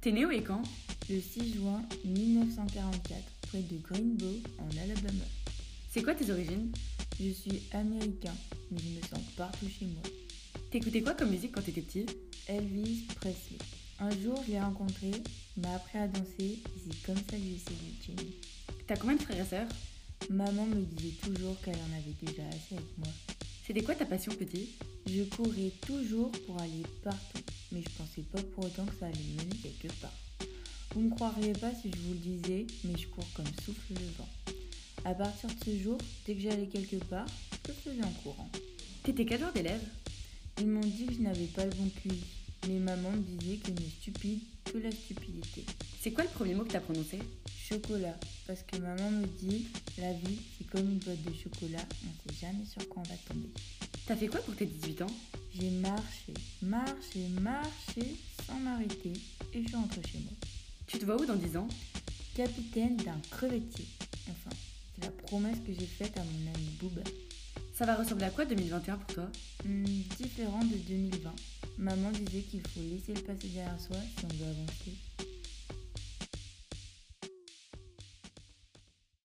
T'es né où et quand Le 6 juin 1944, près de Greenbow, en Alabama. C'est quoi tes origines Je suis américain, mais je me sens partout chez moi. T'écoutais quoi comme musique quand t'étais petit Elvis Presley. Un jour, je l'ai rencontré, il m'a appris à danser, et c'est comme ça que j'ai séduit Jenny. T'as combien de frères et sœurs Maman me disait toujours qu'elle en avait déjà assez avec moi. C'était quoi ta passion petit Je courais toujours pour aller partout, mais je pensais pas pour autant que ça allait me mener quelque part. Vous me croiriez pas si je vous le disais, mais je cours comme souffle le vent. À partir de ce jour, dès que j'allais quelque part, je le faisais en courant. T'étais quel genre d'élève Ils m'ont dit que je n'avais pas le bon QI, mais maman me disait que n'est stupide que la stupidité. C'est quoi le premier mot que t'as prononcé Chocolat, parce que maman me dit, la vie c'est comme une boîte de chocolat, on sait jamais sur quoi on va tomber. T'as fait quoi pour tes 18 ans J'ai marché, marché, marché sans m'arrêter et je suis rentrée chez moi. Tu te vois où dans 10 ans Capitaine d'un crevettier. Enfin, c'est la promesse que j'ai faite à mon ami Booba. Ça va ressembler à quoi 2021 pour toi Hmm, différent de 2020. Maman disait qu'il faut laisser le passé derrière soi si on veut avancer.